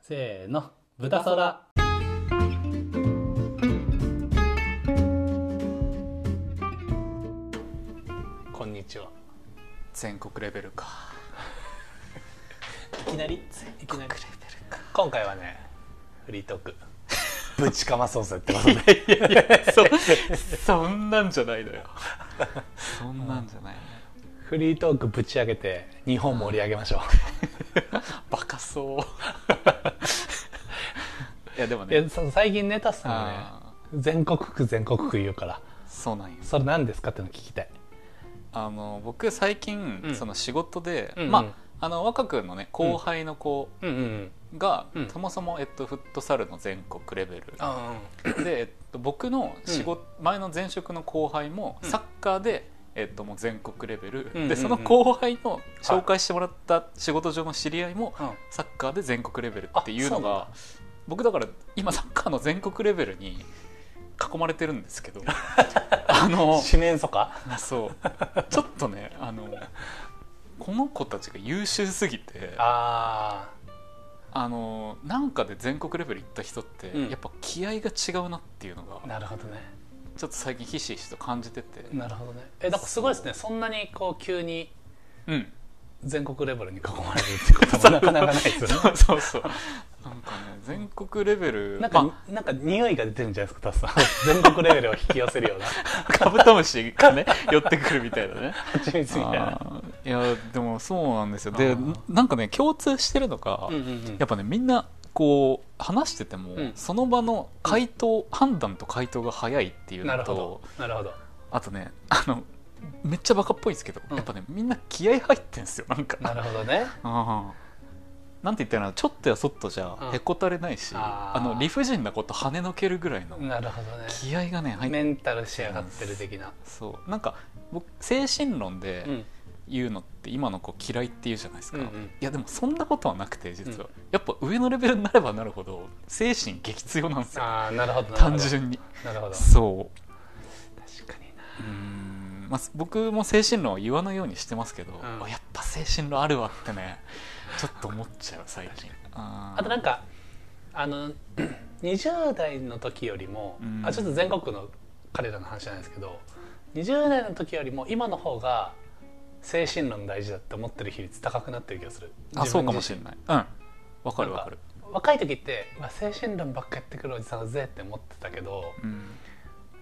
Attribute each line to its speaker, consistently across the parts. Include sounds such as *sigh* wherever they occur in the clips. Speaker 1: せーの豚そらこんにちは
Speaker 2: 全国レベルか
Speaker 1: いきなりいきなり今回はねフリートーク *laughs* ぶちかまそうぜってことで
Speaker 2: そそんなんじゃないのよそんなんじゃないね
Speaker 1: *laughs* フリートークぶち上げて日本盛り上げましょ
Speaker 2: バカそう *laughs* いやでも
Speaker 1: ういや
Speaker 2: ね
Speaker 1: そ最近ねタスさ
Speaker 2: あ
Speaker 1: んがね全国区全国区言うから
Speaker 2: ーそうなんよ
Speaker 1: それ何ですかっての聞きたい
Speaker 2: あの僕最近、
Speaker 1: うん
Speaker 2: その仕事で、
Speaker 1: うんうん
Speaker 2: まああの若君のね後輩の子
Speaker 1: うんうん
Speaker 2: が、
Speaker 1: うん
Speaker 2: そもそも、えっと、フットサルの全国レベル
Speaker 1: あ
Speaker 2: で、えっと、僕の仕事、前の前職の後輩も
Speaker 1: うん
Speaker 2: サッカーで、えっと、もう全国レベル、
Speaker 1: うんうんうん
Speaker 2: でその後輩の紹介してもらった仕事上の知り合いも、
Speaker 1: うん
Speaker 2: サッカーで全国レベルっていう
Speaker 1: あそ
Speaker 2: の
Speaker 1: うなん
Speaker 2: が僕だから今サッカーの全国レベルに囲まれてるんです
Speaker 1: *laughs*
Speaker 2: けどあの
Speaker 1: 四面楚歌
Speaker 2: そうちょっとねあのこの子たちが優秀すぎてあ
Speaker 1: あ
Speaker 2: のなんかで全国レベル行った人って、
Speaker 1: うん
Speaker 2: やっぱ気合が違うなっていうの
Speaker 1: あ
Speaker 2: が
Speaker 1: なるほどね
Speaker 2: ちょっと最近ひしひしと感じてて、
Speaker 1: なるほどねえなんかすごいですねそんなにこう急に
Speaker 2: うん、
Speaker 1: 全国レベルに囲まれるってこともなかなかないですよね
Speaker 2: そうそうそうなんかね全国レベル
Speaker 1: なんか、
Speaker 2: ま
Speaker 1: なんか匂いが出てるんじゃないですか、タスさん。全国レベルを引き寄せるような、 *laughs*
Speaker 2: あカブトムシがね寄ってくるみたいなね
Speaker 1: 蜂蜜 *laughs* みたいな。
Speaker 2: あーいやでもそうなんですよ
Speaker 1: あ
Speaker 2: で
Speaker 1: ー
Speaker 2: なんかね共通してるのが、
Speaker 1: うんうんうん
Speaker 2: やっぱねみんなこう話してても、
Speaker 1: うん
Speaker 2: その場の回答、判断と回答が早いっていう
Speaker 1: なる
Speaker 2: の
Speaker 1: ほ
Speaker 2: と
Speaker 1: ど。なるほど。
Speaker 2: あとねあのめっちゃバカっぽいんですけど、
Speaker 1: うん
Speaker 2: やっぱねみんな気合入ってんすよなんか
Speaker 1: なるほどね。
Speaker 2: あーなんて言ったらいいのちょっとやそっとじ
Speaker 1: う
Speaker 2: ゃ
Speaker 1: ん
Speaker 2: へこたれないし、
Speaker 1: あー
Speaker 2: あの理不尽なこと跳ねのけるぐらいの
Speaker 1: なるほどね。
Speaker 2: 気合がね入っ
Speaker 1: メンタル仕上がってる的な。
Speaker 2: そうなんか僕精神論で、
Speaker 1: うん。
Speaker 2: 言うのって今の子嫌いって言うじゃないですか、
Speaker 1: うんうん
Speaker 2: いやでもそんなことはなくて実は、やっぱ上のレベルになればなるほど精神激強なんですよ
Speaker 1: ああ、なるほど。なるほど
Speaker 2: 単。純に
Speaker 1: なるほど。
Speaker 2: そう
Speaker 1: 確かにな。
Speaker 2: うーん、まあ、僕も精神論は言わないようにしてますけど、
Speaker 1: うん
Speaker 2: あやっぱ精神論あるわってねちょっと思っちゃう最
Speaker 1: *laughs*
Speaker 2: 近あ
Speaker 1: あとなん
Speaker 2: か
Speaker 1: か、あの、20代の時よりも
Speaker 2: う、ん
Speaker 1: あ、ちょっと全国の彼らの話じゃないですけど、20代の時よりも今の方が精神論大事だって思ってる比率高くなってる気がする。
Speaker 2: あそう
Speaker 1: れ
Speaker 2: かも
Speaker 1: ない
Speaker 2: しれないうんわかるわかる
Speaker 1: 若い時って、まあ、精神論ばっかやってくるおじさんだぜって思ってたけど
Speaker 2: うん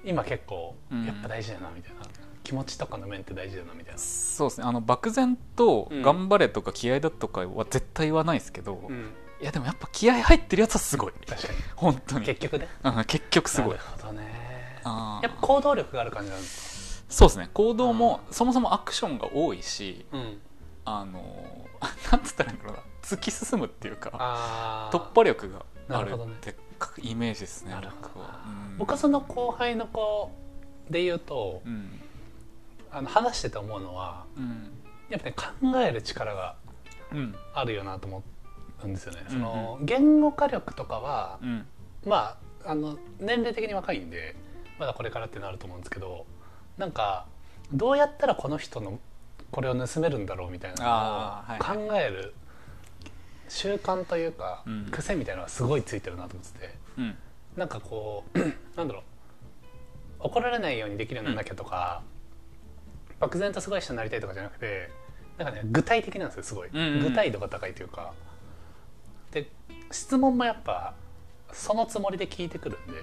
Speaker 1: 今結構
Speaker 2: うん
Speaker 1: やっぱ大事だなみたいな、気持ちとかの面って大事だなみたいな、
Speaker 2: そうですねあの漠然と
Speaker 1: うん
Speaker 2: 頑張れとか気合だとかは絶対言わないですけど、
Speaker 1: う
Speaker 2: い
Speaker 1: ん、
Speaker 2: やでもやっぱ気合入ってるやつはすごい
Speaker 1: 確か
Speaker 2: 本当
Speaker 1: に
Speaker 2: に
Speaker 1: 結局ね
Speaker 2: うん結局すご
Speaker 1: な
Speaker 2: い
Speaker 1: るほどね
Speaker 2: あー
Speaker 1: やっぱ行動力がある感じなんです
Speaker 2: そうですね行動もそもそもアクションが多いし
Speaker 1: か、うん、
Speaker 2: あのー *laughs* なんつったらいいんだろうな突き進むっていうか
Speaker 1: あー
Speaker 2: 突破力があ
Speaker 1: な
Speaker 2: る
Speaker 1: るほどね
Speaker 2: ってイメージですね
Speaker 1: なるほど
Speaker 2: 僕は、うん
Speaker 1: 僕はその後輩の子で言うと、
Speaker 2: うん
Speaker 1: あの話してて思うのは
Speaker 2: うん
Speaker 1: やっぱね考える力が
Speaker 2: うん
Speaker 1: あるよなと思うんですよね、
Speaker 2: うん
Speaker 1: その言語化力とかは
Speaker 2: うん
Speaker 1: まああの年齢的に若いんでまだこれからってなると思うんですけどなんかどうやったらこの人のこれを盗めるんだろうみたいな
Speaker 2: あー
Speaker 1: のを考える、習慣というか、
Speaker 2: うん
Speaker 1: 癖みたいなのがすごいついてるなと思ってて
Speaker 2: うん
Speaker 1: なんかこう *clears throat* なんだろう怒られないようにできるようにならなきゃとか、漠然とすごい人になりたいとかじゃなくてなんかね具体的なんですよすごい、
Speaker 2: うんうん
Speaker 1: 具体度が高いというかで質問もやっぱそのつもりで聞いてくるんで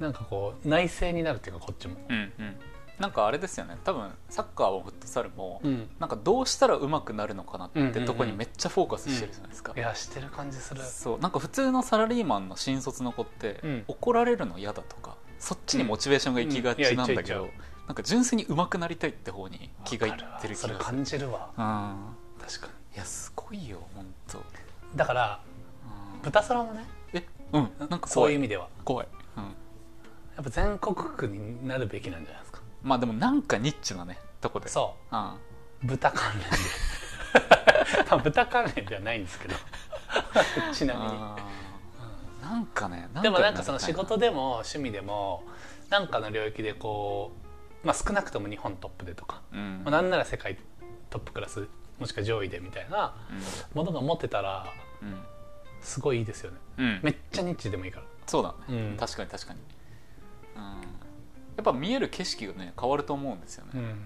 Speaker 1: なんかこう内省になるっていうかこっちも、
Speaker 2: うんうんなんかあれですよね多分サッカーもフットサルも、
Speaker 1: うん、
Speaker 2: なんかどうしたら上手くなるのかな
Speaker 1: うん
Speaker 2: っ
Speaker 1: うんう
Speaker 2: て
Speaker 1: ん
Speaker 2: とこにめっちゃフォーカスしてるじゃないですか、
Speaker 1: いやしてる感じする
Speaker 2: そうなんか普通のサラリーマンの新卒の子って、
Speaker 1: うん
Speaker 2: 怒られるの嫌だとかそっちにモチベーションが行きがちなん
Speaker 1: うんいや行
Speaker 2: だけど、
Speaker 1: っちゃう行っ
Speaker 2: なんか純粋に上手くなりたいって方に気がい
Speaker 1: わかるわ
Speaker 2: ってる気
Speaker 1: それ
Speaker 2: がする
Speaker 1: 感じるわ
Speaker 2: うん
Speaker 1: 確か
Speaker 2: いやすごいよ本当。うん
Speaker 1: にだから豚皿もね
Speaker 2: えうんなんか
Speaker 1: そう
Speaker 2: 怖
Speaker 1: いう
Speaker 2: い
Speaker 1: 意味では
Speaker 2: 怖い、うん、
Speaker 1: やっぱ全国区になるべきなんじゃないですか
Speaker 2: まあでもなんかニッチなねとこで、
Speaker 1: そう
Speaker 2: ん、
Speaker 1: う豚関
Speaker 2: *laughs*
Speaker 1: 連でまあ豚関連ではないん
Speaker 2: *laughs*
Speaker 1: ですけどちなみに
Speaker 2: あーなんかね
Speaker 1: でもなんかその仕事
Speaker 2: で
Speaker 1: でも趣味でもなんかの領域でこう、まあ、少なくとも日本トップでとか、
Speaker 2: うん
Speaker 1: まあ、なんなら世界トップクラスもしくは上位でみたいなものが持ってたら
Speaker 2: うんうん
Speaker 1: すごいいいですよね
Speaker 2: うん
Speaker 1: めっちゃニッチでもいいから
Speaker 2: そうだね、
Speaker 1: うん
Speaker 2: 確かに確かに、うん、やっぱ見える景色がね変わると思うんですよね、
Speaker 1: う
Speaker 2: うん
Speaker 1: ん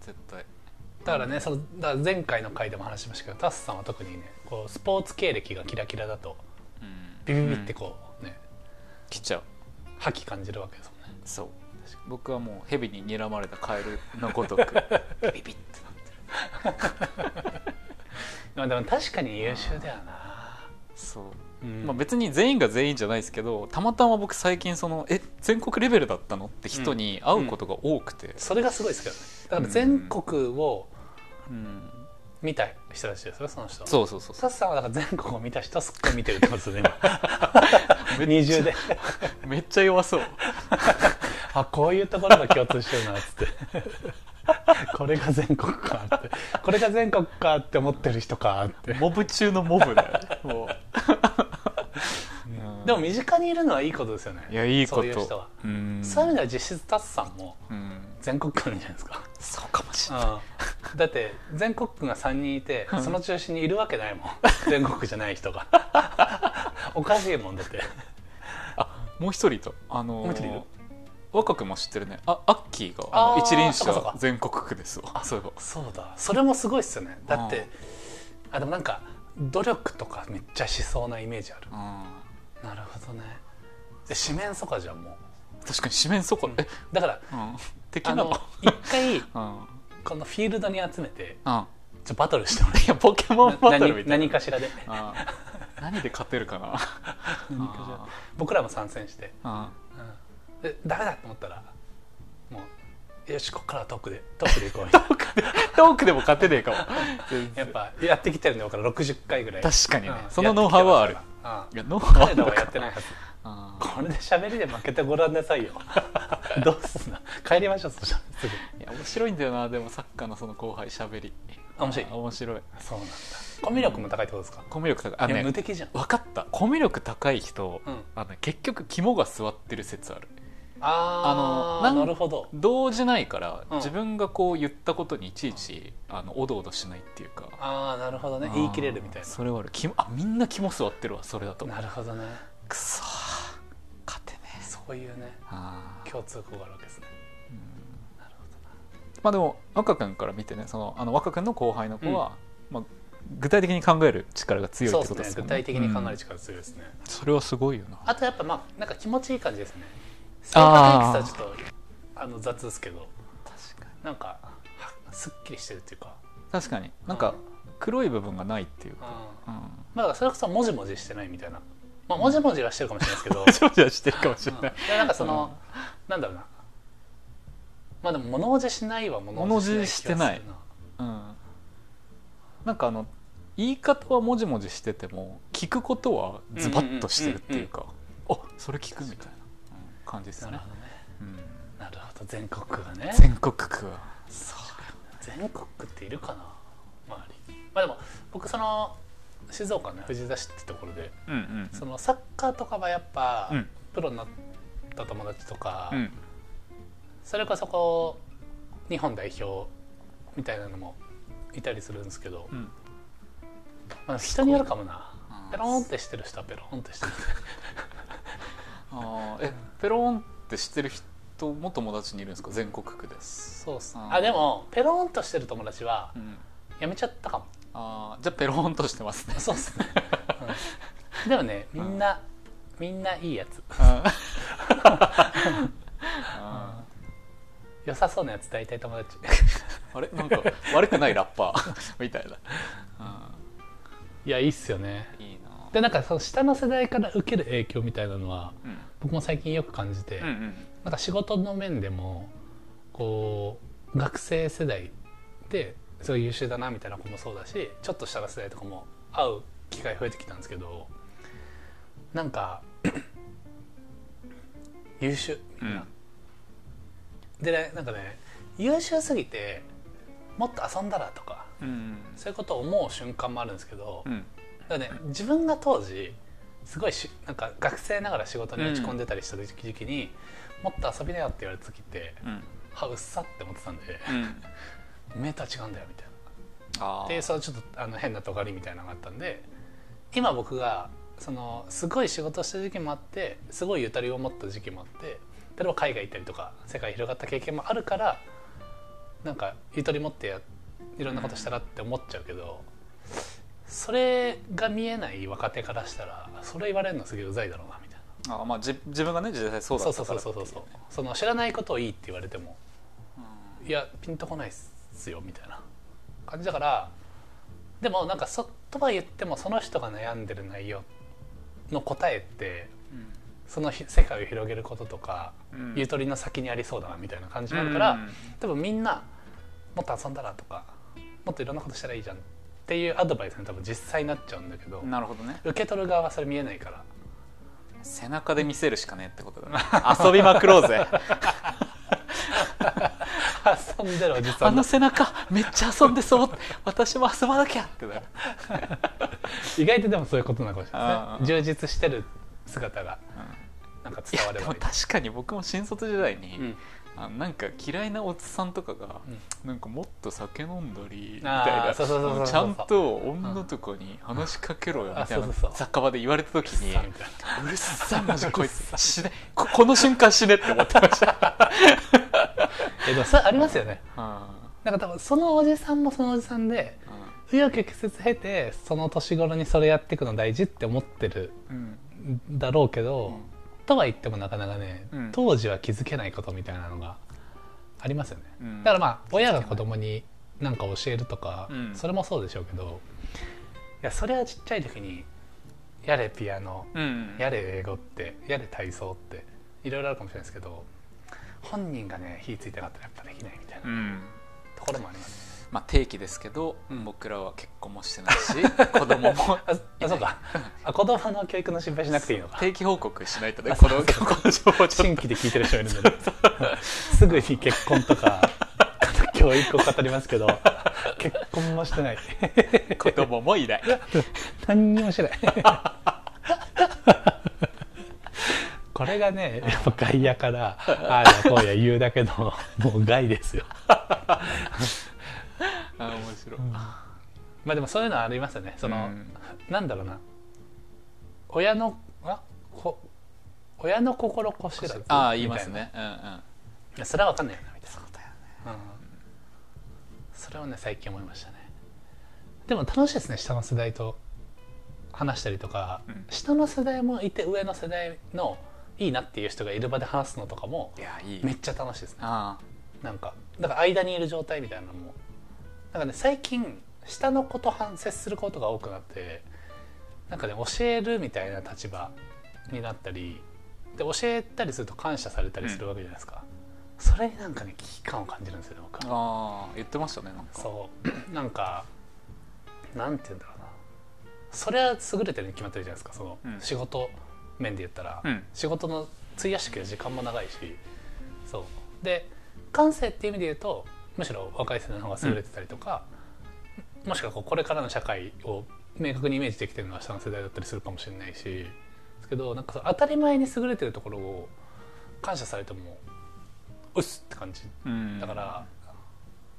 Speaker 2: 絶対
Speaker 1: だからねそのだから前回の回でも話しましたけどタスさんは特にねこうスポーツ経歴がキラキラだと
Speaker 2: うん
Speaker 1: ビビビって
Speaker 2: うん
Speaker 1: こうね
Speaker 2: 来ちゃう
Speaker 1: 覇気感じるわけですもんね
Speaker 2: そう確かに僕はもう蛇に睨まれたカエルのごとくビ
Speaker 1: *laughs*
Speaker 2: ビビってなってる
Speaker 1: まあでも確かに優秀だよな
Speaker 2: そう、
Speaker 1: うん
Speaker 2: まあ、別に全員が全員じゃないですけどたまたま僕最近そのえ全国レベルだったのって人に会うことが多くて、
Speaker 1: それがすごいですけどねだから全国を
Speaker 2: うん
Speaker 1: 見た人たちですよその人
Speaker 2: そうそ
Speaker 1: *laughs*
Speaker 2: うそうそ
Speaker 1: タスさんはだから全国を見た人すっごい見てるってことですね
Speaker 2: *laughs*
Speaker 1: 今二重で
Speaker 2: うめっちゃ弱
Speaker 1: *laughs*
Speaker 2: そう
Speaker 1: あこういうところが共通してるなっつって *laughs* これが全国かってこれが全国かって思ってる人かって
Speaker 2: モブ中のモブだよね
Speaker 1: *laughs*
Speaker 2: もううん
Speaker 1: でも身近にいるのはいいことですよね
Speaker 2: いやいいこと
Speaker 1: そういう人は、
Speaker 2: うん
Speaker 1: そういう意味では実質タスさんも
Speaker 2: うん
Speaker 1: 全国区なんじゃないですか、
Speaker 2: そうかもしれない
Speaker 1: うん、だって全国区が3人いて
Speaker 2: うん
Speaker 1: その中心にいるわけ *laughs* ないもん全国区じゃない人が *laughs* おかしいもんだって
Speaker 2: あもう一人いたあの
Speaker 1: もう一人いる
Speaker 2: 若くも知ってるねあアッキーがあの
Speaker 1: あー
Speaker 2: 一輪
Speaker 1: そうかそう
Speaker 2: 車
Speaker 1: か
Speaker 2: 全国区ですわそういえば
Speaker 1: そうだそれもすごいっすよねだってあでもなんか努力とかめっちゃしそうなイメージある
Speaker 2: うん
Speaker 1: なるほどねで四面楚歌じゃんも
Speaker 2: 確かに四面楚歌
Speaker 1: う
Speaker 2: え
Speaker 1: だから
Speaker 2: うん敵
Speaker 1: あ
Speaker 2: なの
Speaker 1: の一回
Speaker 2: うんうん
Speaker 1: このフィールドに集めて
Speaker 2: い
Speaker 1: ちょバトルしてもら
Speaker 2: やポケ
Speaker 1: *laughs*
Speaker 2: モンバ
Speaker 1: え
Speaker 2: ト
Speaker 1: 何
Speaker 2: ルみたいな
Speaker 1: 何かしらで
Speaker 2: うん何で勝てるかな
Speaker 1: 何かしら僕らも参戦して、
Speaker 2: あ
Speaker 1: うん、でダメだと思ったらもうよしこっからはトークでトークで行こうみ
Speaker 2: *laughs*
Speaker 1: たいな *laughs*
Speaker 2: ートークでも勝てねえかも
Speaker 1: やっぱやってきてるんで僕ら60回ぐらい
Speaker 2: 確かにね
Speaker 1: うん
Speaker 2: そのノウハウはある
Speaker 1: やってきてますから
Speaker 2: いやノウ
Speaker 1: うん
Speaker 2: ハウ
Speaker 1: 彼らはやってないはず
Speaker 2: あ
Speaker 1: これで喋りで負けてごらんなさいよ
Speaker 2: *laughs*
Speaker 1: どうすんな帰りましょうそしたらすぐ
Speaker 2: ーいや面白いんだよなでもサッカーのその後輩しゃべり
Speaker 1: 面白い
Speaker 2: あー面白い
Speaker 1: そうなんだコミュ力も高いってことですか、
Speaker 2: コミュ力高いあ
Speaker 1: いや
Speaker 2: ね
Speaker 1: 無敵じゃん
Speaker 2: 分かったコミュ力高い人、
Speaker 1: うん
Speaker 2: あの結局肝が据わってる説ある
Speaker 1: あ
Speaker 2: あ
Speaker 1: あ
Speaker 2: のなん
Speaker 1: なるほど
Speaker 2: 動じないから、
Speaker 1: うん
Speaker 2: 自分がこう言ったことにいちいちあのおどおどしないっていうか
Speaker 1: ああなるほどね言い切れるみたい
Speaker 2: あーそれはある肝あみんな肝据わってるわそれだと
Speaker 1: ななるほどね
Speaker 2: くそー勝てねえ
Speaker 1: そういうね
Speaker 2: あー
Speaker 1: 共通項があるわけですねなるほどな
Speaker 2: まあでも若君から見てねそのあの若君の後輩の子は、まあ、具体的に考える力が強いっ
Speaker 1: そう
Speaker 2: て
Speaker 1: です
Speaker 2: ことで
Speaker 1: ね具
Speaker 2: す
Speaker 1: 体的に考える力
Speaker 2: 力、
Speaker 1: 強いですね、
Speaker 2: うんそれはすごいよな
Speaker 1: あとやっぱまあなんか気持ちいい感じですね性
Speaker 2: あ
Speaker 1: 格
Speaker 2: ー
Speaker 1: エキスはちょっとあの雑ですけど
Speaker 2: 確かに
Speaker 1: なんかはすっきりしてるっていうか、
Speaker 2: 確かになんか
Speaker 1: う
Speaker 2: 黒い部分がないっていう
Speaker 1: うん
Speaker 2: か、
Speaker 1: ま *laughs* あ、だ
Speaker 2: うん
Speaker 1: からそれこそもじもじしてないみたいなまあもじもじはしてるかもしれないですけど
Speaker 2: ごちゃごちゃしてるかもし
Speaker 1: う
Speaker 2: れ
Speaker 1: ん
Speaker 2: ない。
Speaker 1: いやなんかその、なんだろうなまあでも物おじしないは物おじしない気がする
Speaker 2: うん、なんかあの言い方はもじもじしてても聞くことはズバッとしてるっていうか、あそれ聞くみたいなうん感じです
Speaker 1: な
Speaker 2: ね
Speaker 1: なる、ほどね
Speaker 2: うん、
Speaker 1: なるほど全国区がね
Speaker 2: 全国区は
Speaker 1: 全国区っているかな周りまあでも僕その静岡のね藤枝市ってところで
Speaker 2: うんうん
Speaker 1: そのサッカーとかはやっぱ、
Speaker 2: うん
Speaker 1: プロになった友達とか、
Speaker 2: うん
Speaker 1: それこそこう日本代表みたいなのもいたりするんですけど、
Speaker 2: うん
Speaker 1: まあ、人によるかもな
Speaker 2: あー
Speaker 1: ペロンってしてる人はペロンってしてる
Speaker 2: あーえペロンってしてる人も友達にいるんですか全国区です、
Speaker 1: そうっす
Speaker 2: あー
Speaker 1: あでもペロンとしてる友達は
Speaker 2: うん、
Speaker 1: やめちゃったかも
Speaker 2: あーじゃあペロンとしてますね
Speaker 1: そうっすね、うんでもねみんなみんないいやつ
Speaker 2: あ
Speaker 1: 良さそうなやつ大体友達 *laughs*
Speaker 2: ーあれなんか悪くないラッパーみたいなあ
Speaker 1: いやいいっすよね
Speaker 2: ーいいな
Speaker 1: でなんかその下の世代から受ける影響みたいなのは
Speaker 2: うん
Speaker 1: 僕も最近よく感じて、
Speaker 2: うんうん
Speaker 1: なんか仕事の面でもこう学生世代ですごい優秀だなみたいな子もそうだしちょっと下の世代とかも会う機会増えてきたんですけどなんか *clears throat* 優秀みんな、でねなんかね優秀すぎてもっと遊んだらとか
Speaker 2: うん
Speaker 1: そういうことを思う瞬間もあるんですけど、
Speaker 2: うん
Speaker 1: だからね自分が当時すごいしなんか学生ながら仕事に落ち込んでたりした時期に、もっと遊びなよって言われた時って
Speaker 2: うん
Speaker 1: はうっさって思ってたんで
Speaker 2: うん
Speaker 1: 目とは違うんだよみたいな
Speaker 2: あー
Speaker 1: でそのちょっとあの変な尖りみたいなのがあったんで今僕がそのすごい仕事した時期もあってすごいゆとりを持った時期もあって例えば海外行ったりとか世界広がった経験もあるからなんかゆとり持ってやいろんなことしたらって思っちゃうけど、それが見えない若手からしたらそれ言われるのすげえうざいだろうなみたいな
Speaker 2: あまあじ自分がね実際そうだ
Speaker 1: そ
Speaker 2: っ
Speaker 1: うそうそ
Speaker 2: たから
Speaker 1: うそうそうそうその知らないことをいいって言われてもいやピンとこないっすよみたいな感じだからでもなんかそとは言ってもその人が悩んでる内容の答えってそのひ世界を広げることとか、
Speaker 2: うん
Speaker 1: ゆとりの先にありそうだなみたいな感じもあるから、
Speaker 2: うん
Speaker 1: 多分みんなもっと遊んだらとかもっといろんなことしたらいいじゃんっていうアドバイスに多分実際になっちゃうんだけど、
Speaker 2: なるほどね
Speaker 1: 受け取る側はそれ見えないから *laughs*
Speaker 2: 背中で見せるしかねえってことだね遊びまくろうぜ
Speaker 1: 遊んでるおじさ
Speaker 2: *laughs* あ
Speaker 1: ん
Speaker 2: の
Speaker 1: の
Speaker 2: 背中めっちゃ遊んでそう私も遊ばなきゃってなる
Speaker 1: 意外とでもそういうことなのかもしれな
Speaker 2: あ
Speaker 1: いで
Speaker 2: ー
Speaker 1: すね充実してる姿がなんか
Speaker 2: い
Speaker 1: 伝わ
Speaker 2: や
Speaker 1: れ
Speaker 2: で
Speaker 1: ば
Speaker 2: も
Speaker 1: いい
Speaker 2: 確かに僕も新卒時代
Speaker 1: う
Speaker 2: に、
Speaker 1: ん
Speaker 2: あなんか嫌いなおっさんとかが、なんかもっと酒飲んだりみたい
Speaker 1: あ
Speaker 2: な
Speaker 1: ーそうそうそうそうそう
Speaker 2: ちゃんと女とかに話しかけろよみたい
Speaker 1: うんあそ
Speaker 2: な
Speaker 1: うそうそう
Speaker 2: 酒場で言われた時
Speaker 1: さ
Speaker 2: に
Speaker 1: みたいな
Speaker 2: うるさいマジこいつ死ねここの瞬間死ねって思ってました
Speaker 1: えでもそれありますよね
Speaker 2: うん
Speaker 1: なんか多分そのおじさんもそのおじさんで紆余曲折経てその年頃にそれやっていくの大事って思ってる
Speaker 2: うん
Speaker 1: んだろうけど、とは言ってもなかなかね、
Speaker 2: うん
Speaker 1: 当時は気づけないことみたいなのがありますよね、
Speaker 2: うん
Speaker 1: だからまあ親が子供に何か教えるとか、
Speaker 2: うん
Speaker 1: それもそうでしょうけどいやそれはちっちゃい時にやれピアノ
Speaker 2: うん
Speaker 1: やれ英語ってやれ体操っていろいろあるかもしれないですけど本人がね火ついてなかったらやっぱできないみたいな
Speaker 2: うん
Speaker 1: ところもあります、
Speaker 2: まあ定期ですけど、僕らは結婚もしてないし *laughs* 子供も
Speaker 1: ああそうかあ子供の教育の心配しなくていいのか
Speaker 2: 定期報告しないとね
Speaker 1: あ
Speaker 2: こ
Speaker 1: そ
Speaker 2: の
Speaker 1: う *laughs* そう
Speaker 2: この情報ちょ
Speaker 1: 新
Speaker 2: っと
Speaker 1: 規で聞いてる人いるので、すぐに結婚とか教育を語りますけど結婚もしてない
Speaker 2: 子供もいない *laughs*
Speaker 1: 何にもしてないこれがねやっぱ外野からああだこうや言うだけのもう害ですよ
Speaker 2: あ面白い、
Speaker 1: まあでもそういうのはありますよねその、
Speaker 2: うん
Speaker 1: なんだろうな親のあこ親の心こしらず
Speaker 2: ああ言います
Speaker 1: みたな
Speaker 2: ねうんうん
Speaker 1: いやそれは分かんないよなみたいな
Speaker 2: そうだよね
Speaker 1: うんそれをね最近思いましたねでも楽しいですね下の世代と話したりとか、
Speaker 2: うん
Speaker 1: 下の世代もいて上の世代のいいなっていう人がいる場で話すのとかも
Speaker 2: いやいい
Speaker 1: めっちゃ楽しいですね
Speaker 2: あ
Speaker 1: なんかだから間にいる状態みたいなのもなんかね最近下の子と反接することが多くなってなんかね教えるみたいな立場になったりで教えたりすると感謝されたりするわけじゃないですか、それになんかね危機感を感じるんですよね僕は
Speaker 2: あああ言ってましたねなんか
Speaker 1: そう *clears throat* なんかなんて言うんだろうなそれは優れてるに決まってるじゃないですかその、
Speaker 2: うん
Speaker 1: 仕事面で言ったら、
Speaker 2: うん
Speaker 1: 仕事の費やしてくれる時間も長いしそうで感性っていう意味で言うとむしろ若い世代の方が優れてたりとか、もしくはこうこれからの社会を明確にイメージできてるのは下の世代だったりするかもしれないしですけどなんかその当たり前に優れてるところを感謝されてもうっすって感じ
Speaker 2: うん
Speaker 1: だからだか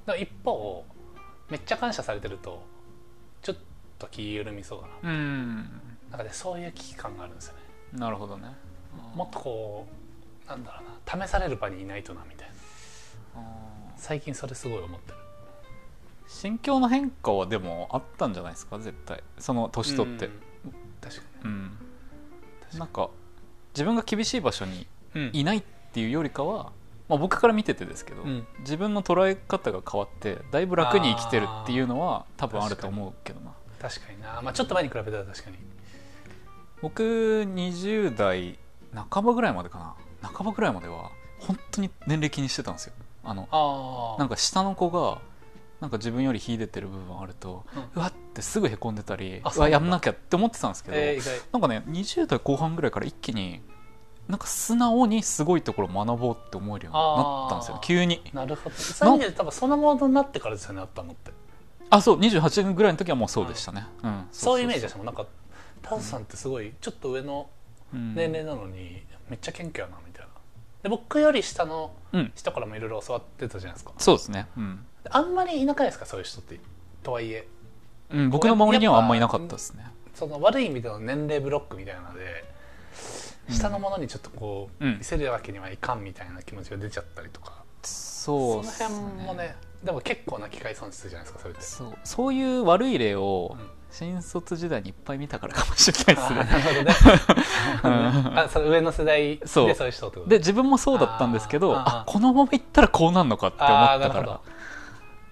Speaker 1: ら一方めっちゃ感謝されてるとちょっと気緩みそうだな
Speaker 2: うん
Speaker 1: なんかねそういう危機感があるんですよね
Speaker 2: なるほどね
Speaker 1: もっとこうなんだろうな試される場にいないとなみたいな
Speaker 2: あー
Speaker 1: 最近それすごい思ってる
Speaker 2: 心境の変化はでもあったんじゃないですか絶対その年取って
Speaker 1: うん確か
Speaker 2: うん、なんか自分が厳しい場所に
Speaker 1: に
Speaker 2: いないっていうよりかは、まあ、僕から見ててですけど、
Speaker 1: うん
Speaker 2: 自分の捉え方が変わってだいぶ楽に生きてるっていうのは多分あると思うけどな
Speaker 1: 確かにな、まあ、ちょっと前に比べたら確かに
Speaker 2: 僕20代半ばぐらいまでかな半ばぐらいまでは本当に年齢気にしてたんですよあの
Speaker 1: ああ
Speaker 2: なんか下の子がなんか自分より秀でてる部分あると、うわってすぐへこんでたり
Speaker 1: あ
Speaker 2: う
Speaker 1: そうな
Speaker 2: わ
Speaker 1: んだ
Speaker 2: やんなきゃって思ってたんですけど、
Speaker 1: えー、意外
Speaker 2: なんかね20代後半ぐらいから一気になんか素直にすごいところを学ぼうって思えるようになったんですよ
Speaker 1: あー
Speaker 2: 急に
Speaker 1: なるほどそういう意味で多分そのモードになってからですよねあったのって
Speaker 2: あそう28ぐらいの時はもうそうでしたね、うん、
Speaker 1: そういうイメージでしたもんなんかタズさんってすごいちょっと上の
Speaker 2: うん
Speaker 1: 年齢なのにめっちゃ謙虚やなみたいなで僕より下の
Speaker 2: うん
Speaker 1: 人からもいろいろ教わってたじゃないですか
Speaker 2: そうですね、うん
Speaker 1: あんまりいなくないですかそういう人ってとはいえ
Speaker 2: うん、僕の周りにはあんまいなかったですね
Speaker 1: その悪い意味での年齢ブロックみたいなので下のものにちょっとこう、
Speaker 2: うん
Speaker 1: 見せるわけにはいかんみたいな気持ちが出ちゃったりとか、
Speaker 2: そうっす
Speaker 1: その辺もねでも結構な機械損失じゃないですかそれって。
Speaker 2: そうそういう悪い例を
Speaker 1: うん
Speaker 2: 新卒時代にいっぱい見たからかもしれないです
Speaker 1: あ
Speaker 2: ね
Speaker 1: *laughs* なるほどね
Speaker 2: うん
Speaker 1: あその上の世代でそう
Speaker 2: そ
Speaker 1: いうう人ってこと
Speaker 2: で自分もそうだったんですけ
Speaker 1: あ
Speaker 2: ど
Speaker 1: ー
Speaker 2: あ
Speaker 1: あー
Speaker 2: このままいったらこうなんのかって思
Speaker 1: あー
Speaker 2: った
Speaker 1: な
Speaker 2: か
Speaker 1: るほ
Speaker 2: ら
Speaker 1: ど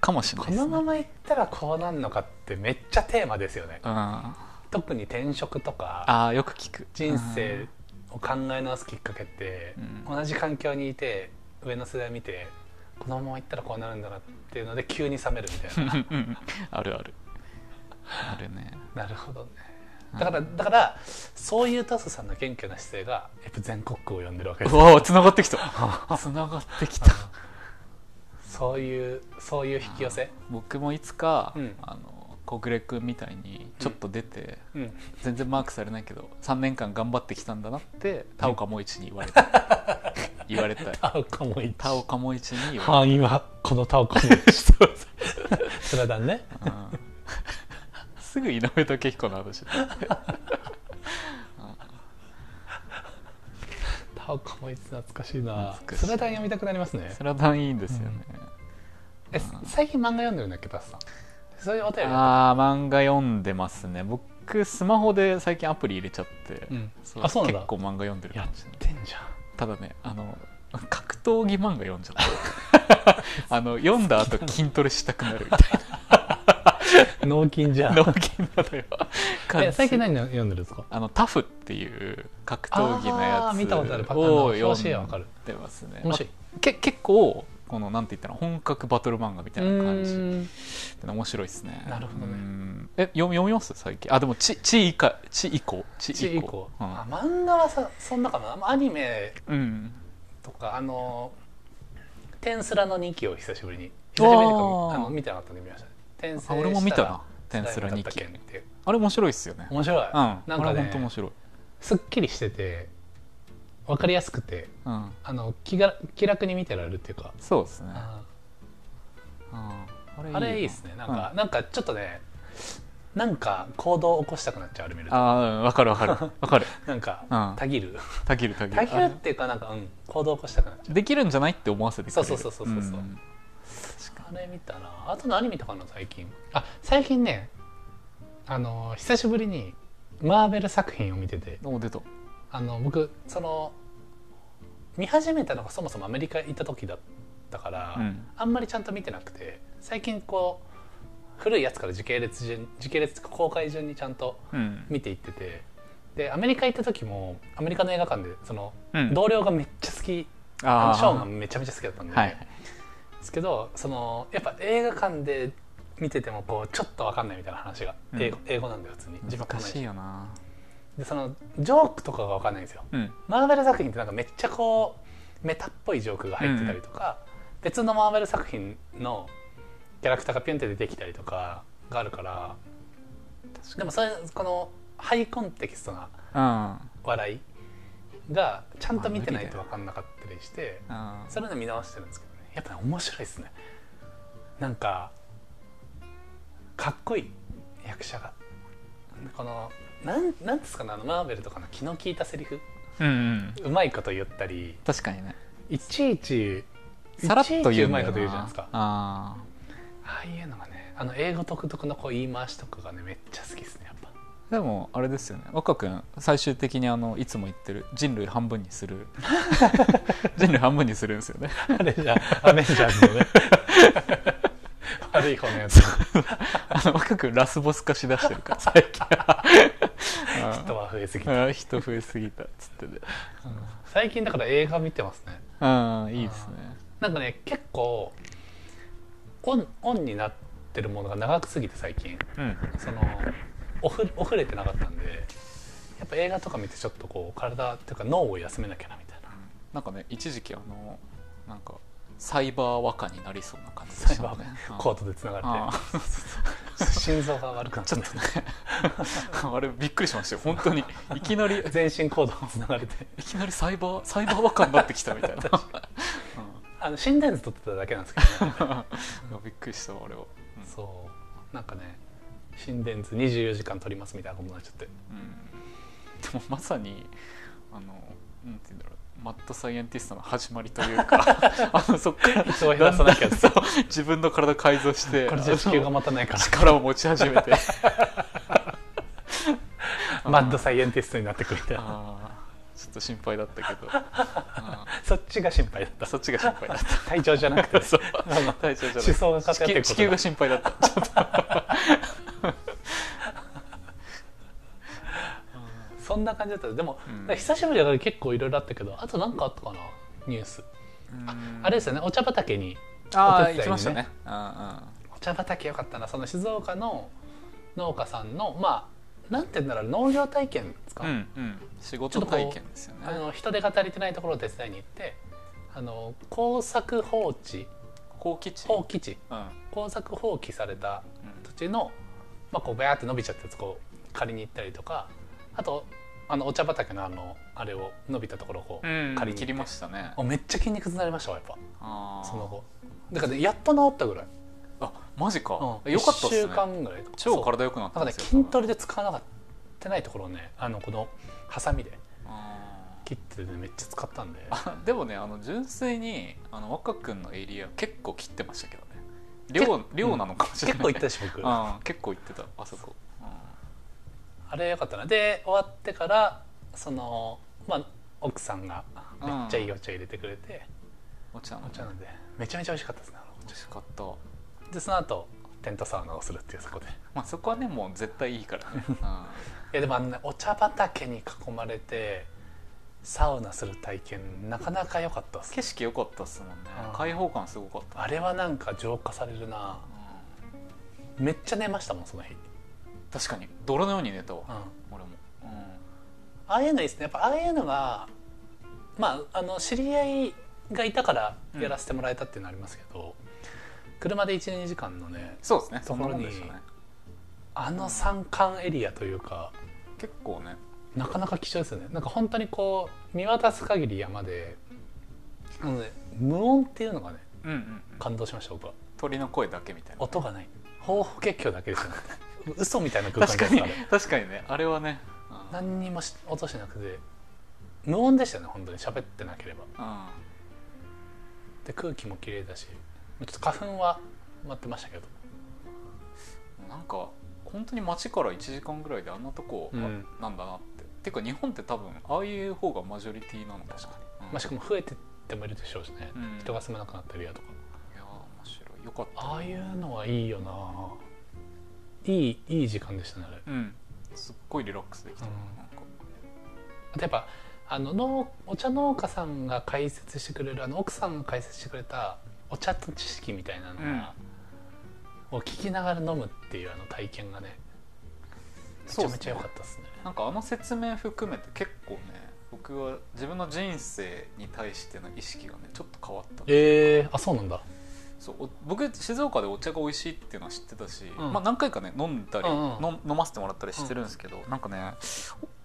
Speaker 2: かもしれな
Speaker 1: こ
Speaker 2: いです
Speaker 1: のま
Speaker 2: ね
Speaker 1: まいったらこうなんのかってめっちゃテーマですよね
Speaker 2: うん
Speaker 1: 特に転職とか
Speaker 2: ああよく聞く
Speaker 1: 人生を考え直すきっかけって
Speaker 2: うん
Speaker 1: 同じ環境にいて上の世代見てこのままいったらこうなるんだなっていうので急に冷めるみたいな
Speaker 2: うんうん *laughs* あるあるあるね
Speaker 1: *laughs* なるほどねだからだからそういうタスさんの謙虚な姿勢がやっぱ全国区を呼んでるわけで
Speaker 2: う
Speaker 1: すよ
Speaker 2: わつながって
Speaker 1: *laughs*
Speaker 2: きたつながってきた
Speaker 1: そういうそういう引き寄せ
Speaker 2: 僕もいつか、
Speaker 1: うん
Speaker 2: あの小暮君みたいにちょっと出て、
Speaker 1: うん
Speaker 2: 全然マークされないけど3年間頑張ってきたんだなって田岡萌一に言われたい
Speaker 1: *laughs*
Speaker 2: 言われたい
Speaker 1: タオカもい
Speaker 2: 田岡萌一に言わ
Speaker 1: 範囲はこのタ *laughs* オカもいたスラダンね
Speaker 2: れたい、うんすぐ井上武彦の話だ
Speaker 1: タオカもいつ懐かしいな
Speaker 2: 懐かしい
Speaker 1: スラダン読みたくなりますね
Speaker 2: スラダンいいんですよね、
Speaker 1: え最近漫画読んでるんだっけタスさんそういうお便りあ
Speaker 2: ああ漫画読んでますね僕スマホで最近アプリ入れちゃって、
Speaker 1: うん
Speaker 2: そう
Speaker 1: あそうなんだ
Speaker 2: 結構漫画読んでるか
Speaker 1: や
Speaker 2: もしれない
Speaker 1: ってんじゃん
Speaker 2: ただねあの格闘技漫画読んじゃった
Speaker 1: *laughs*
Speaker 2: あの読んだ後筋トレしたくなるみたい
Speaker 1: 脳筋じゃ
Speaker 2: な
Speaker 1: ん
Speaker 2: 脳筋なのよ
Speaker 1: え最近何読んでるんですか
Speaker 2: あのタフっていう格闘技のや
Speaker 1: あー
Speaker 2: つ
Speaker 1: 見たことあるパターンの
Speaker 2: を
Speaker 1: 表紙はわか
Speaker 2: 読
Speaker 1: る
Speaker 2: んでますね
Speaker 1: 面白い
Speaker 2: まあけ結構このなんて言ったら本格バトル漫画みたいな感じ
Speaker 1: うーん
Speaker 2: っての面白いですね
Speaker 1: なるほどね
Speaker 2: うんえ読み読みます最近あでもち「ち」以下「ち」以降「ち」
Speaker 1: ち
Speaker 2: 以
Speaker 1: 以
Speaker 2: 降
Speaker 1: 降、あ漫画はさそんなかなあんまアニメ
Speaker 2: うん、うん
Speaker 1: とかあの天スラの2期を久しぶりに久しぶりにと
Speaker 2: おー
Speaker 1: かあの見てなかったんで見ましたね天
Speaker 2: あ俺も見たな「天すら
Speaker 1: に
Speaker 2: 日
Speaker 1: 期
Speaker 2: 記」
Speaker 1: っていう
Speaker 2: あれ面白いっすよね
Speaker 1: 面白い、
Speaker 2: うんあれ
Speaker 1: なんか
Speaker 2: 本
Speaker 1: ね
Speaker 2: 当面白い
Speaker 1: すっきりしてて分かりやすくて
Speaker 2: うん
Speaker 1: あの気が気楽に見てられるっていうか、
Speaker 2: そうですね。
Speaker 1: あ
Speaker 2: あ
Speaker 1: ーあれいいですねなんか、なんかちょっとねなんか行動を起こしたくなっちゃうあれ見る
Speaker 2: あ
Speaker 1: と
Speaker 2: あー、わかる
Speaker 1: *laughs*
Speaker 2: わかる。わかる。
Speaker 1: なんか、
Speaker 2: うん
Speaker 1: たぎる
Speaker 2: たぎるたぎ
Speaker 1: た
Speaker 2: る。
Speaker 1: ぎるっていうかなんか、うん、行動を起こしたくなっちゃう
Speaker 2: できるんじゃないって思わせてくれる。
Speaker 1: そうそうそうそうそうんあれ見たなあと何見たかな最近あ最近ねあの久しぶりにマーベル作品を見てて
Speaker 2: お出た。
Speaker 1: あの僕その見始めたのがそもそもアメリカ行った時だったから、
Speaker 2: うん
Speaker 1: あんまりちゃんと見てなくて最近こう古いやつから時系列順時系列っていうか公開順にちゃんと
Speaker 2: うん。
Speaker 1: 見ていっててでアメリカ行った時もアメリカの映画館でその、
Speaker 2: うん
Speaker 1: 同僚がめっちゃ好きあ
Speaker 2: あ
Speaker 1: の
Speaker 2: ー
Speaker 1: ショーンがめちゃめちゃ好きだったんで、
Speaker 2: はいはい。
Speaker 1: ですけどそのやっぱ映画館で見ててもこうちょっとわかんないみたいな話が、
Speaker 2: うん
Speaker 1: 英語英語なんだよ普通に字幕も
Speaker 2: 難
Speaker 1: ない
Speaker 2: しいよな。
Speaker 1: でそのジョークとかがわかんないんですよ
Speaker 2: うん。
Speaker 1: マーベル作品ってなんかめっちゃこうメタっぽいジョークが入ってたりとか、別のマーベル作品のキャラクターがピュンって出てきたりとかがあるからでもそれこのハイコンテキストな
Speaker 2: うん。あ
Speaker 1: 笑いがちゃんと見てないと分かんなかったりして
Speaker 2: あ
Speaker 1: それで見直してるんですけどねやっぱね面白いですねなんかかっこいい役者がこのなんなんですかねあのマーベルとかの気の利いたセリフ
Speaker 2: うんうん。
Speaker 1: うまいこと言ったり
Speaker 2: 確かにね。
Speaker 1: いちいち
Speaker 2: さらっと言
Speaker 1: い
Speaker 2: う
Speaker 1: ちいちうんまい
Speaker 2: だ
Speaker 1: こ
Speaker 2: よ
Speaker 1: と
Speaker 2: な
Speaker 1: 言うじゃないですかあ
Speaker 2: ああ。
Speaker 1: あいうのがねあの英語独特のこう言い回しとかがねめっちゃ好きですねやっぱ *laughs*
Speaker 2: でもあれですよね若君最終的にあのいつも言ってる人類半分に
Speaker 1: *laughs*
Speaker 2: する人類半分にするんですよね
Speaker 1: あれじゃアベンジャーズ
Speaker 2: *laughs*
Speaker 1: のね悪い方のやつ
Speaker 2: あの若君ラスボス化しだしてるから最近
Speaker 1: *laughs*
Speaker 2: あー
Speaker 1: 人は増えすぎて
Speaker 2: あー人増えすぎたっつってね
Speaker 1: 最近だから映画見てますね
Speaker 2: うんいいですね
Speaker 1: なんかね結構オンオンになってるものが長くすぎて最近
Speaker 2: うん
Speaker 1: そのオフオフれてなかったんでやっぱ映画とか見てちょっとこう体っていうか脳を休めなきゃなみたいな
Speaker 2: なんかね一時期あのなんかサイバー和歌になりそうな感じで
Speaker 1: サ
Speaker 2: し
Speaker 1: イ
Speaker 2: た
Speaker 1: バー
Speaker 2: ね
Speaker 1: がね
Speaker 2: うん
Speaker 1: コードでつなが
Speaker 2: あ
Speaker 1: れて心臓が悪くなっちゃって
Speaker 2: ーあれびっくりしましたよ本当にいきなり
Speaker 1: 全身コードがつながれて
Speaker 2: いきなりサイバーサイバー和歌になってきたみたいな
Speaker 1: あの心電図取ってただけなんですけどね
Speaker 2: いやびっくりしたわあれは
Speaker 1: そうなんかね心電図24時間取りますみたいなことになっちゃって
Speaker 2: うんでもまさにあのなんて言うんだろうマッドサイエンティストの始まりという
Speaker 1: *laughs*
Speaker 2: かあのそっから
Speaker 1: 人を減らさなきゃ
Speaker 2: だんだんそう自分の体改造して
Speaker 1: これじゃ地球が
Speaker 2: あ
Speaker 1: 持たないか
Speaker 2: の *laughs* 力を持ち始めて
Speaker 1: らマッドサイエンティストになってくるみたいな
Speaker 2: あーちょっと心配だったけどあ
Speaker 1: そっちが心配だっ
Speaker 2: ー
Speaker 1: た
Speaker 2: そっちが心配だっ
Speaker 1: 体調じゃなくて *laughs*
Speaker 2: た *laughs* そう
Speaker 1: あの
Speaker 2: 体調じゃない
Speaker 1: 思想が勝て
Speaker 2: 地
Speaker 1: ってこと
Speaker 2: 球
Speaker 1: だ
Speaker 2: 地球が心配だったちょっと
Speaker 1: そんな感じだったでも、
Speaker 2: うん
Speaker 1: だから久しぶりだから結構いろいろあったけどあと何かあったかなニュース、あれですよねお茶畑に
Speaker 2: あ
Speaker 1: お手伝いにね
Speaker 2: ー行きましたねあ
Speaker 1: お茶畑よかったなその静岡の農家さんのまあなんて言うんだろう農業体験ですか、
Speaker 2: うんうん仕事体験ですよね
Speaker 1: あの人手が足りてないところを手伝いに行ってあの耕作放置
Speaker 2: 高吉
Speaker 1: 放棄地
Speaker 2: うんうん
Speaker 1: 耕作放棄された土地の、まあ、こうバーって伸びちゃったやつこう借りに行ったりとかあとあのお茶畑のあのあれを伸びたところをこう、
Speaker 2: う
Speaker 1: 借り
Speaker 2: ん
Speaker 1: に行って
Speaker 2: 切りましたね
Speaker 1: あめっちゃ筋肉痛になりましたわやっ
Speaker 2: あ
Speaker 1: ぱ
Speaker 2: ー
Speaker 1: その後だからねやっと治ったぐらい、
Speaker 2: あマジか
Speaker 1: うん、
Speaker 2: よかっ
Speaker 1: 1
Speaker 2: たっ
Speaker 1: 週
Speaker 2: すね
Speaker 1: 間ぐらいとか
Speaker 2: 超体良くなっ
Speaker 1: な
Speaker 2: た
Speaker 1: ん
Speaker 2: ん
Speaker 1: かね
Speaker 2: ですよ
Speaker 1: 筋トレで使わなかったないところをねあのこのハサミで
Speaker 2: あ
Speaker 1: 切ってねめっちゃ使ったんで
Speaker 2: ーあでもねあの純粋にあの若くんのエリア結構切ってましたけどね
Speaker 1: け
Speaker 2: 量量なのかもしれ
Speaker 1: 結
Speaker 2: ない
Speaker 1: 構行ったし僕 *laughs* あ
Speaker 2: あ結構行ってたあそこ
Speaker 1: れよかったなで終わってからそのまあ奥さんが
Speaker 2: う
Speaker 1: めっ
Speaker 2: ん
Speaker 1: ちゃいいお茶入れてくれて、
Speaker 2: お茶の
Speaker 1: お茶なんでめちゃめちゃ美味しかったですねあの
Speaker 2: 美味しかった
Speaker 1: お茶でその後テントサウナをするっていうそこでい
Speaker 2: まあそこはねもう絶対いいか
Speaker 1: *laughs*
Speaker 2: らねうん
Speaker 1: やでもあのねお茶畑に囲まれてサウナする体験なかなか良かったです
Speaker 2: 景色良かったっすもんね
Speaker 1: うん
Speaker 2: 開放感すごかった
Speaker 1: あれはなんか浄化されるな
Speaker 2: うん
Speaker 1: めっちゃ寝ましたもんその日、うん、
Speaker 2: 確かに泥のように寝たわ
Speaker 1: あ
Speaker 2: 俺も
Speaker 1: あいうのいいですねやっぱああいうのがまああの知り合いがいたからやらせてもらえたっていうのはありますけど、車で12時間のね
Speaker 2: そうですね
Speaker 1: ところに
Speaker 2: そんなもんでしたね
Speaker 1: あの山間エリアというか
Speaker 2: 結構ね
Speaker 1: なかなか貴重ですよねなんか本当にこう見渡す限り山であのね無音っていうのがね
Speaker 2: うんうんうん
Speaker 1: 感動しました僕は
Speaker 2: 鳥の声だけみたいな
Speaker 1: 音がない方法結局だけですよね嘘みたいな空間
Speaker 2: 確
Speaker 1: で
Speaker 2: か
Speaker 1: す
Speaker 2: に
Speaker 1: から
Speaker 2: 確かにねあれはねうん
Speaker 1: 何にもし音しなくて無音でしたよね本当に喋ってなければ
Speaker 2: うん
Speaker 1: で空気も綺麗だしちょっと花粉は待ってましたけど
Speaker 2: なんか本当に街から1時間ぐらいであんなとこあ
Speaker 1: うん
Speaker 2: なんだなってていうか日本って多分ああいう方がマジョリティなのかな
Speaker 1: 確か
Speaker 2: うん
Speaker 1: まあしかも増えてってもいるでしょうしね、
Speaker 2: うん
Speaker 1: 人が住まなくなったりやとか
Speaker 2: いやー面白いよかった
Speaker 1: ああいうのはいいよないいいい時間でしたねあれ
Speaker 2: うんすっごいリラックスできた、
Speaker 1: うん
Speaker 2: なんか
Speaker 1: あとやっぱあの農お茶農家さんが解説してくれるあの奥さんが解説してくれたお茶と知識みたいなのが、を聞きながら飲むっていうあの体験がねめちゃめちゃ良かったですね
Speaker 2: なんかあの説明含めて結構ね僕は自分の人生に対しての意識がねちょっと変わった
Speaker 1: えー、あそうなんだ
Speaker 2: そうお僕静岡でお茶が美味しいっていうのは知ってたし、
Speaker 1: うん
Speaker 2: まあ、何回かね飲んだり、
Speaker 1: うんうん
Speaker 2: の飲ませてもらったりしてるんですけど、なんかね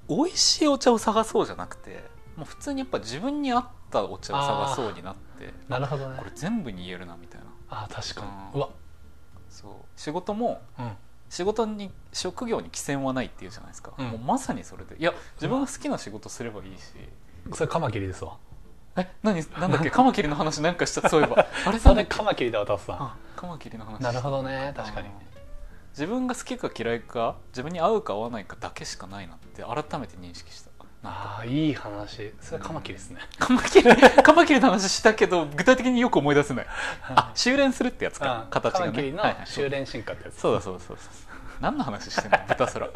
Speaker 2: お美味しいお茶を探そうじゃなくてもう普通にやっぱ自分に合ったお茶を探そうになって
Speaker 1: なるほどね
Speaker 2: これ全部に言えるなみたいな
Speaker 1: あー確か
Speaker 2: うん
Speaker 1: にうわ
Speaker 2: そう仕事も
Speaker 1: うん
Speaker 2: 仕事に職業に規制はないっていうじゃないですか、
Speaker 1: うん
Speaker 2: もうまさにそれでいや自分が好きな仕事すればいいし、
Speaker 1: それカマキリですわ
Speaker 2: え何なん
Speaker 1: *laughs*
Speaker 2: だっけカマキリの話なんかしたそういえばあれ
Speaker 1: そ
Speaker 2: さ
Speaker 1: れカマキリだわタフさ
Speaker 2: あカマキリの話
Speaker 1: んなるほどね確かに
Speaker 2: あー自分が好きか嫌いか自分に合うか合わないかだけしかないなって改めて認識した
Speaker 1: ああいい話それカマキリですね
Speaker 2: カマキリ *laughs* カマキリの話したけど具体的によく思い出せない
Speaker 1: *laughs*
Speaker 2: あ修練するってやつか、
Speaker 1: うん
Speaker 2: 形
Speaker 1: カ
Speaker 2: が
Speaker 1: マキ
Speaker 2: ね
Speaker 1: リの
Speaker 2: はいはい
Speaker 1: 修練進化ってやつ
Speaker 2: そうだそうだそうだそうだ何の
Speaker 1: *laughs*
Speaker 2: 話してんの豚そら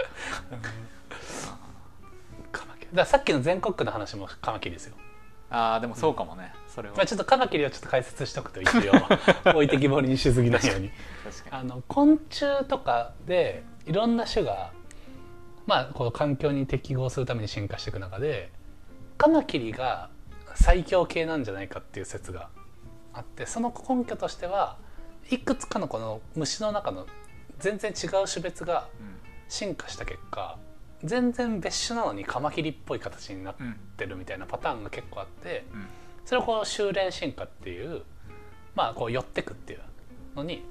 Speaker 1: カマキリだからさっきの全国区の話もカマキリですよ
Speaker 2: ああでもそうかもね、それは
Speaker 1: まあ、
Speaker 2: 確
Speaker 1: ちょっとカマキリをちょっと解説しとくと一 *laughs* 応置いてきぼりにしすぎないように
Speaker 2: かに
Speaker 1: あの昆虫とかでいろんな種が、まあ、この環境に適合するために進化していく中でカマキリが最強系なんじゃないかっていう説があってその根拠としてはいくつかのこの虫の中の全然違う種別が進化した結果全然別種なのにカマキリっぽい形になっ
Speaker 2: うんうん
Speaker 1: てるみたいなパターンが結構あって。
Speaker 2: うん
Speaker 1: それをこう修練進化っていうまあこう寄ってくっていうのに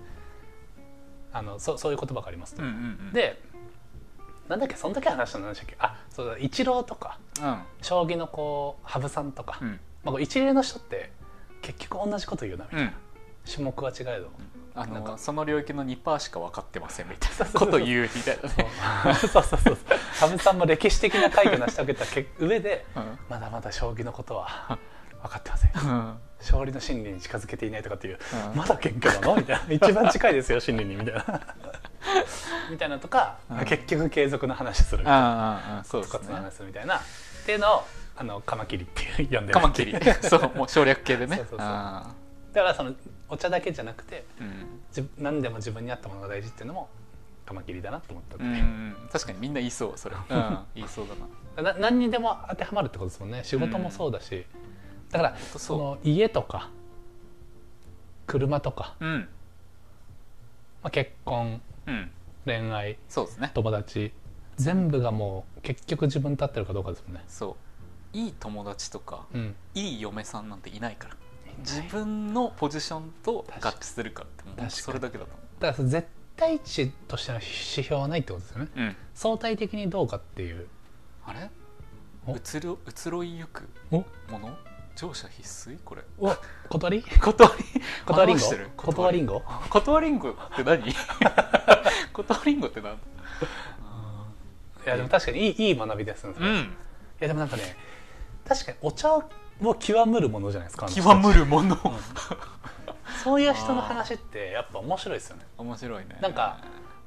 Speaker 1: あのそそういうことばがありますと
Speaker 2: うんうん
Speaker 1: でなんだっけそんだけ話したの何でしたっけあそうだイチローとか
Speaker 2: うん
Speaker 1: 将棋のこう羽生さんとか、
Speaker 2: うん
Speaker 1: まあ、こう一例の人って結局同じこと言うなみたいな、
Speaker 2: うん
Speaker 1: 種目は違えど、
Speaker 2: あの
Speaker 1: なんか
Speaker 2: その領域の2%しか分かってませんみたい
Speaker 1: そう
Speaker 2: な
Speaker 1: そうそ
Speaker 2: こ
Speaker 1: う
Speaker 2: と言うみたいなね、
Speaker 1: *laughs* そうそうそうそう羽生さんも歴史的な快挙を成し遂げたけ上でまだまだ将棋のことは分かってません
Speaker 2: うん
Speaker 1: 勝利の真理に近づけていないとかっていう
Speaker 2: うん
Speaker 1: まだ謙虚なのみたいな *laughs* 一番近いですよ真理にみたいな *laughs* みたいなとか、
Speaker 2: うん
Speaker 1: 結局継続の話するみたいな
Speaker 2: ああああそうで
Speaker 1: 復
Speaker 2: す
Speaker 1: 活の
Speaker 2: ね
Speaker 1: 話するみたいなっていうのをあのカマキリって呼んでる
Speaker 2: カマキリ *laughs* そうもう省略系でね
Speaker 1: そうそうそう
Speaker 2: あ
Speaker 1: だからそのお茶だけじゃなくて
Speaker 2: あうん
Speaker 1: 自分何でも自分に合ったものが大事っていうのもカマキリだなと思ったって
Speaker 2: う
Speaker 1: いうん
Speaker 2: 確かにみんな言いそうそれ、うん、言いそうだな
Speaker 1: な何にでも当てはまるってことですもんね仕事もそうだし、だから
Speaker 2: 当そ
Speaker 1: そうの家とか車とか、
Speaker 2: うん
Speaker 1: まあ、結婚
Speaker 2: うん
Speaker 1: 恋愛
Speaker 2: そうですね
Speaker 1: 友達全部がもう結局自分立ってるかどうかですもんね、
Speaker 2: そういい友達とか
Speaker 1: うん、
Speaker 2: いい嫁さんなんていないから自
Speaker 1: 自分
Speaker 2: 分のポジションと
Speaker 1: 確か
Speaker 2: 合
Speaker 1: に
Speaker 2: 致するかってもう
Speaker 1: かに
Speaker 2: それだけだと思
Speaker 1: だから絶対値としての指標はないってことですよね
Speaker 2: う、うん、
Speaker 1: 相対的にどうかっていう
Speaker 2: あれ
Speaker 1: お
Speaker 2: 移ろ移ろいゆく
Speaker 1: お
Speaker 2: もの乗車必須これ
Speaker 1: お断り
Speaker 2: 断 *laughs* り
Speaker 1: 断りん
Speaker 2: 話
Speaker 1: ご
Speaker 2: してる
Speaker 1: 断りんご
Speaker 2: 断りんごって何 *laughs* 断りんごって何
Speaker 1: いやでも確かにいいいい学びですね、
Speaker 2: う
Speaker 1: い
Speaker 2: ん
Speaker 1: やでもなんかね確かにお茶を極むるものじゃないですかあの人たち
Speaker 2: 極むるもの
Speaker 1: そういう人の話ってやっぱ面白いですよね
Speaker 2: 面白いね
Speaker 1: なんか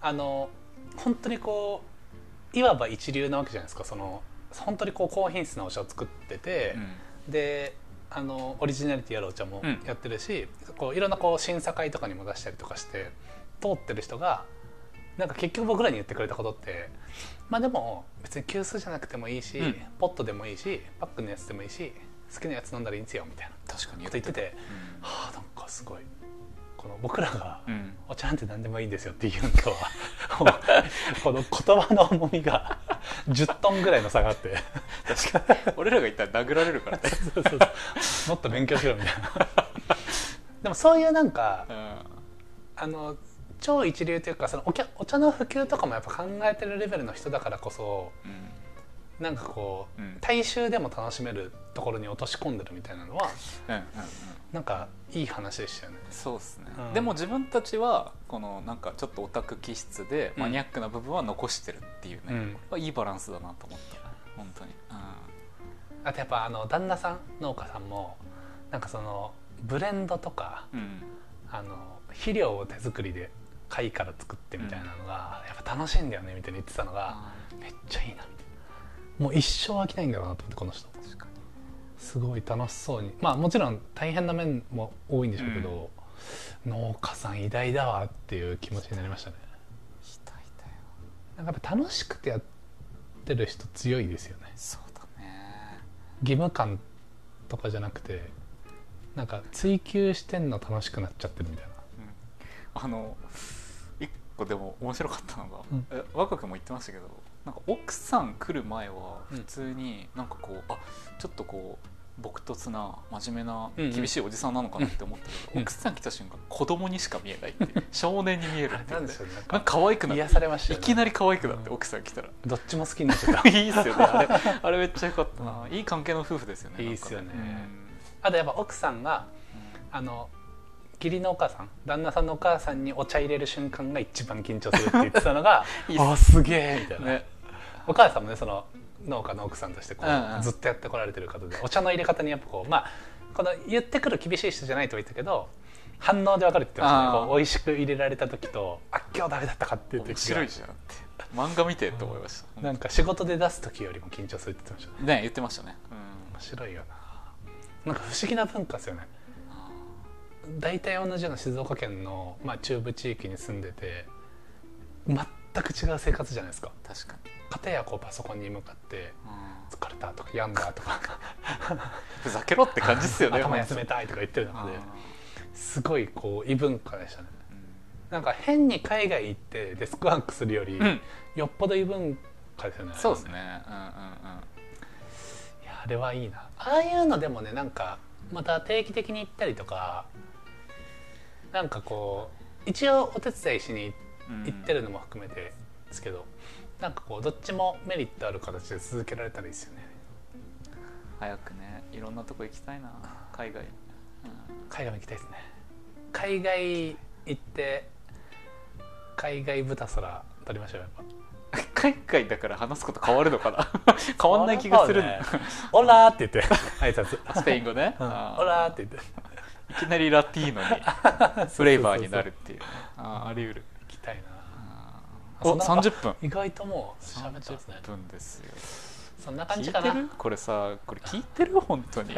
Speaker 1: あの本当にこういわば一流なわけじゃないですかその本当にこう高品質なお茶を作ってて
Speaker 2: う、ん
Speaker 1: であのオリジナリティあるお茶も
Speaker 2: うん
Speaker 1: やってるし、こういろんなこう審査会とかにも出したりとかして通ってる人がなんか結局僕らに言ってくれたことってまあでも別に急須じゃなくてもいいし、
Speaker 2: うん
Speaker 1: ポットでもいいしパックのやつでもいいし好きなやつ飲んだらいいんですよみたいなこ
Speaker 2: 確かに
Speaker 1: と
Speaker 2: 言っ
Speaker 1: 言
Speaker 2: て
Speaker 1: ってて。
Speaker 2: た
Speaker 1: はあなんかすごいこの僕らが
Speaker 2: うんうん
Speaker 1: 「お茶なんて何でもいいんですよ」っていうのと *laughs* はもうこの言葉の重みが10トンぐらいの差があって
Speaker 2: 確かに俺らが言ったら殴られるからね
Speaker 1: そうそうそう *laughs* もっと勉強しろみたいなでもそういうなんかあの超一流というかそのお茶お茶の普及とかもやっぱ考えてるレベルの人だからこそ
Speaker 2: うんうん
Speaker 1: なんかこう、
Speaker 2: うん
Speaker 1: 大衆でも楽しめるところに落とし込んでるみたいなのは
Speaker 2: うんうんうん
Speaker 1: なんかいい話でしたよね。
Speaker 2: そうですね、
Speaker 1: うん
Speaker 2: でも自分たちはこのなんかちょっとオタク気質で
Speaker 1: うん
Speaker 2: マニアックな部分は残してるっていうね、
Speaker 1: うん
Speaker 2: これはいいバランスだなと思った本当に、
Speaker 1: あとやっぱあの旦那さん農家さんもなんかそのブレンドとか
Speaker 2: うんうん、
Speaker 1: あの肥料を手作りで貝から作ってみたいなのが、やっぱ楽しいんだよねみたいに言ってたのが、めっちゃいいなみたいなもう一生飽きないんだろうなと思ってこの人
Speaker 2: 確かに
Speaker 1: すごい楽しそうにまあもちろん大変な面も多いんでしょうけど、農家さん偉大だわっていう気持ちになりましたね
Speaker 2: 期待だよ
Speaker 1: なんかやっぱ楽しくてやってる人強いですよね
Speaker 2: そうだね
Speaker 1: 義務感とかじゃなくてなんか追求してんの楽しくなっちゃってるみたいな
Speaker 2: うんあの一個でも面白かったのが、
Speaker 1: うん
Speaker 2: え若くも言ってましたけどなんか奥さん来る前は普通になんかこう、あちょっとこう朴突な真面目な
Speaker 1: うんうん
Speaker 2: 厳しいおじさんなのかなって思ったけど、
Speaker 1: うん
Speaker 2: 奥さん来た瞬間子供にしか見えないっ
Speaker 1: *laughs*
Speaker 2: ていう少年に見えるっていうね
Speaker 1: ねなん
Speaker 2: なんか可愛くなっ
Speaker 1: 癒されました
Speaker 2: てい
Speaker 1: よね
Speaker 2: きなり可愛くなって
Speaker 1: うん
Speaker 2: 奥さん来たら *laughs*
Speaker 1: どっちも好きになっちゃった
Speaker 2: いいっすよねあれあれめっちゃ良かったな、いい関係の夫婦ですよね
Speaker 1: いいっすよね
Speaker 2: なんか
Speaker 1: あとやっぱ奥さんが
Speaker 2: うん
Speaker 1: あの義理のお母さん旦那さんのお母さんにお茶入れる瞬間が一番緊張するって言ってたのが
Speaker 2: いいっす
Speaker 1: *laughs* あすげえみたいな、
Speaker 2: ね
Speaker 1: お母さんもねその農家の奥さんとしてこう、
Speaker 2: うんうん
Speaker 1: ずっとやってこられてる方でお茶の入れ方にやっぱこうまあこの言ってくる厳しい人じゃないとは言ったけど反応で分かるって言ってました
Speaker 2: あ
Speaker 1: ね
Speaker 2: ー
Speaker 1: こう美味しく入れられた時とあ今日ダメだったかっていう時
Speaker 2: 面
Speaker 1: が
Speaker 2: 白いじゃんって漫画見てって思いました
Speaker 1: *laughs* なんか仕事で出す時よりも緊張するって言ってましたね
Speaker 2: ね言ってましたね、
Speaker 1: 面白いよななんか不思議な文化ですよね大体同じような静岡県の、まあ、中部地域に住んでて全く違う生活じゃないですか
Speaker 2: 確かに、
Speaker 1: 片やこうパソコンに向かって疲れたとか病んだ
Speaker 2: *laughs*
Speaker 1: とか
Speaker 2: ふざけろって感じっすよ *laughs* ね
Speaker 1: 頭休めたいとか言ってる中
Speaker 2: 本当に
Speaker 1: で
Speaker 2: あ
Speaker 1: すごいこう異文化でしたね
Speaker 2: ー
Speaker 1: なんか変に海外行ってデスクワークするより、
Speaker 2: うん
Speaker 1: よっぽど異文化ですよね
Speaker 2: そうですねうんうん
Speaker 1: いやあれはいいなああいうのでもねなんかまた定期的に行ったりとかなんかこう一応お手伝いしに行っ
Speaker 2: うん
Speaker 1: 行ってるのも含めてですけどなんかこうどっちもメリットある形で続けられたらいいですよね
Speaker 2: 早くねいろんなとこ行きたいな海外、うん
Speaker 1: 海外も行きたいですね海外行って海外豚皿取りましょうやっぱ
Speaker 2: *laughs* 海外だから話すこと変わるのかな *laughs* 変わんない気がするんだ
Speaker 1: 「 *laughs* オラ!」って言って
Speaker 2: *laughs*
Speaker 1: 挨拶
Speaker 2: スペイン語ね、
Speaker 1: う
Speaker 2: うんん
Speaker 1: オラ!」って言って
Speaker 2: いきなりラティー *laughs* ノにフレーバーになるっていうねあーあり得る
Speaker 1: 行きたいな
Speaker 2: お
Speaker 1: そんな
Speaker 2: 30分
Speaker 1: 意外ともう喋ってますね
Speaker 2: 30分ですよ
Speaker 1: そんな感
Speaker 2: 聞
Speaker 1: じ
Speaker 2: い
Speaker 1: か
Speaker 2: て
Speaker 1: な
Speaker 2: るこれさこれ *laughs* 聞いてる本当に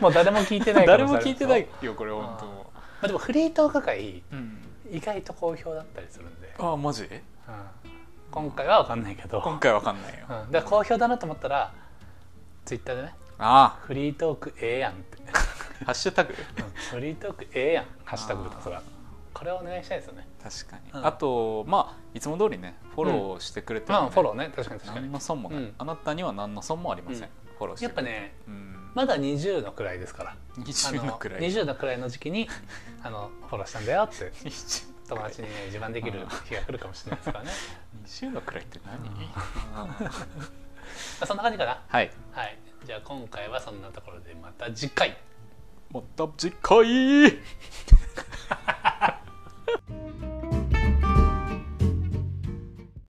Speaker 1: もう誰も聞いてない可
Speaker 2: 誰
Speaker 1: 能性
Speaker 2: も
Speaker 1: ある
Speaker 2: 聞
Speaker 1: んで
Speaker 2: い
Speaker 1: す
Speaker 2: て
Speaker 1: よ
Speaker 2: ないよこれ本当
Speaker 1: まあ、でもフリートーク会
Speaker 2: うん
Speaker 1: 意外と好評だったりするんで、
Speaker 2: ああマジ
Speaker 1: うん今回は分かんないけど、
Speaker 2: 今回わかんないよ
Speaker 1: うん、で好評だなと思ったらツイッターでね「
Speaker 2: あ
Speaker 1: フリートークええやん」って *laughs*
Speaker 2: あハッシュタ
Speaker 1: 「
Speaker 2: グ
Speaker 1: うんフリートークええやん」ハッシュタグとかこれをお願いしたいですよね
Speaker 2: 確かに、
Speaker 1: うん
Speaker 2: あとまあいつも通りねフォローしてくれても、
Speaker 1: まあ
Speaker 2: ね
Speaker 1: フォローね確かに確か
Speaker 2: 何
Speaker 1: に
Speaker 2: の損もない、
Speaker 1: うん
Speaker 2: あなたには何の損もありません、
Speaker 1: うん
Speaker 2: フォローして
Speaker 1: やっぱ
Speaker 2: ね、
Speaker 1: ね
Speaker 2: うん、
Speaker 1: まだ20のくらいです
Speaker 2: *laughs*
Speaker 1: からあ
Speaker 2: 20のくらい
Speaker 1: 20のくらいの時期にあのフォローしたんだよって
Speaker 2: 20
Speaker 1: 友達に、ね、自慢できる日が来るかもしれないですからね
Speaker 2: 20のくらいって何、
Speaker 1: うん
Speaker 2: あー
Speaker 1: まあそんな感じかな
Speaker 2: はい
Speaker 1: はいじゃあ今回はそんなところでまた次回
Speaker 2: また次回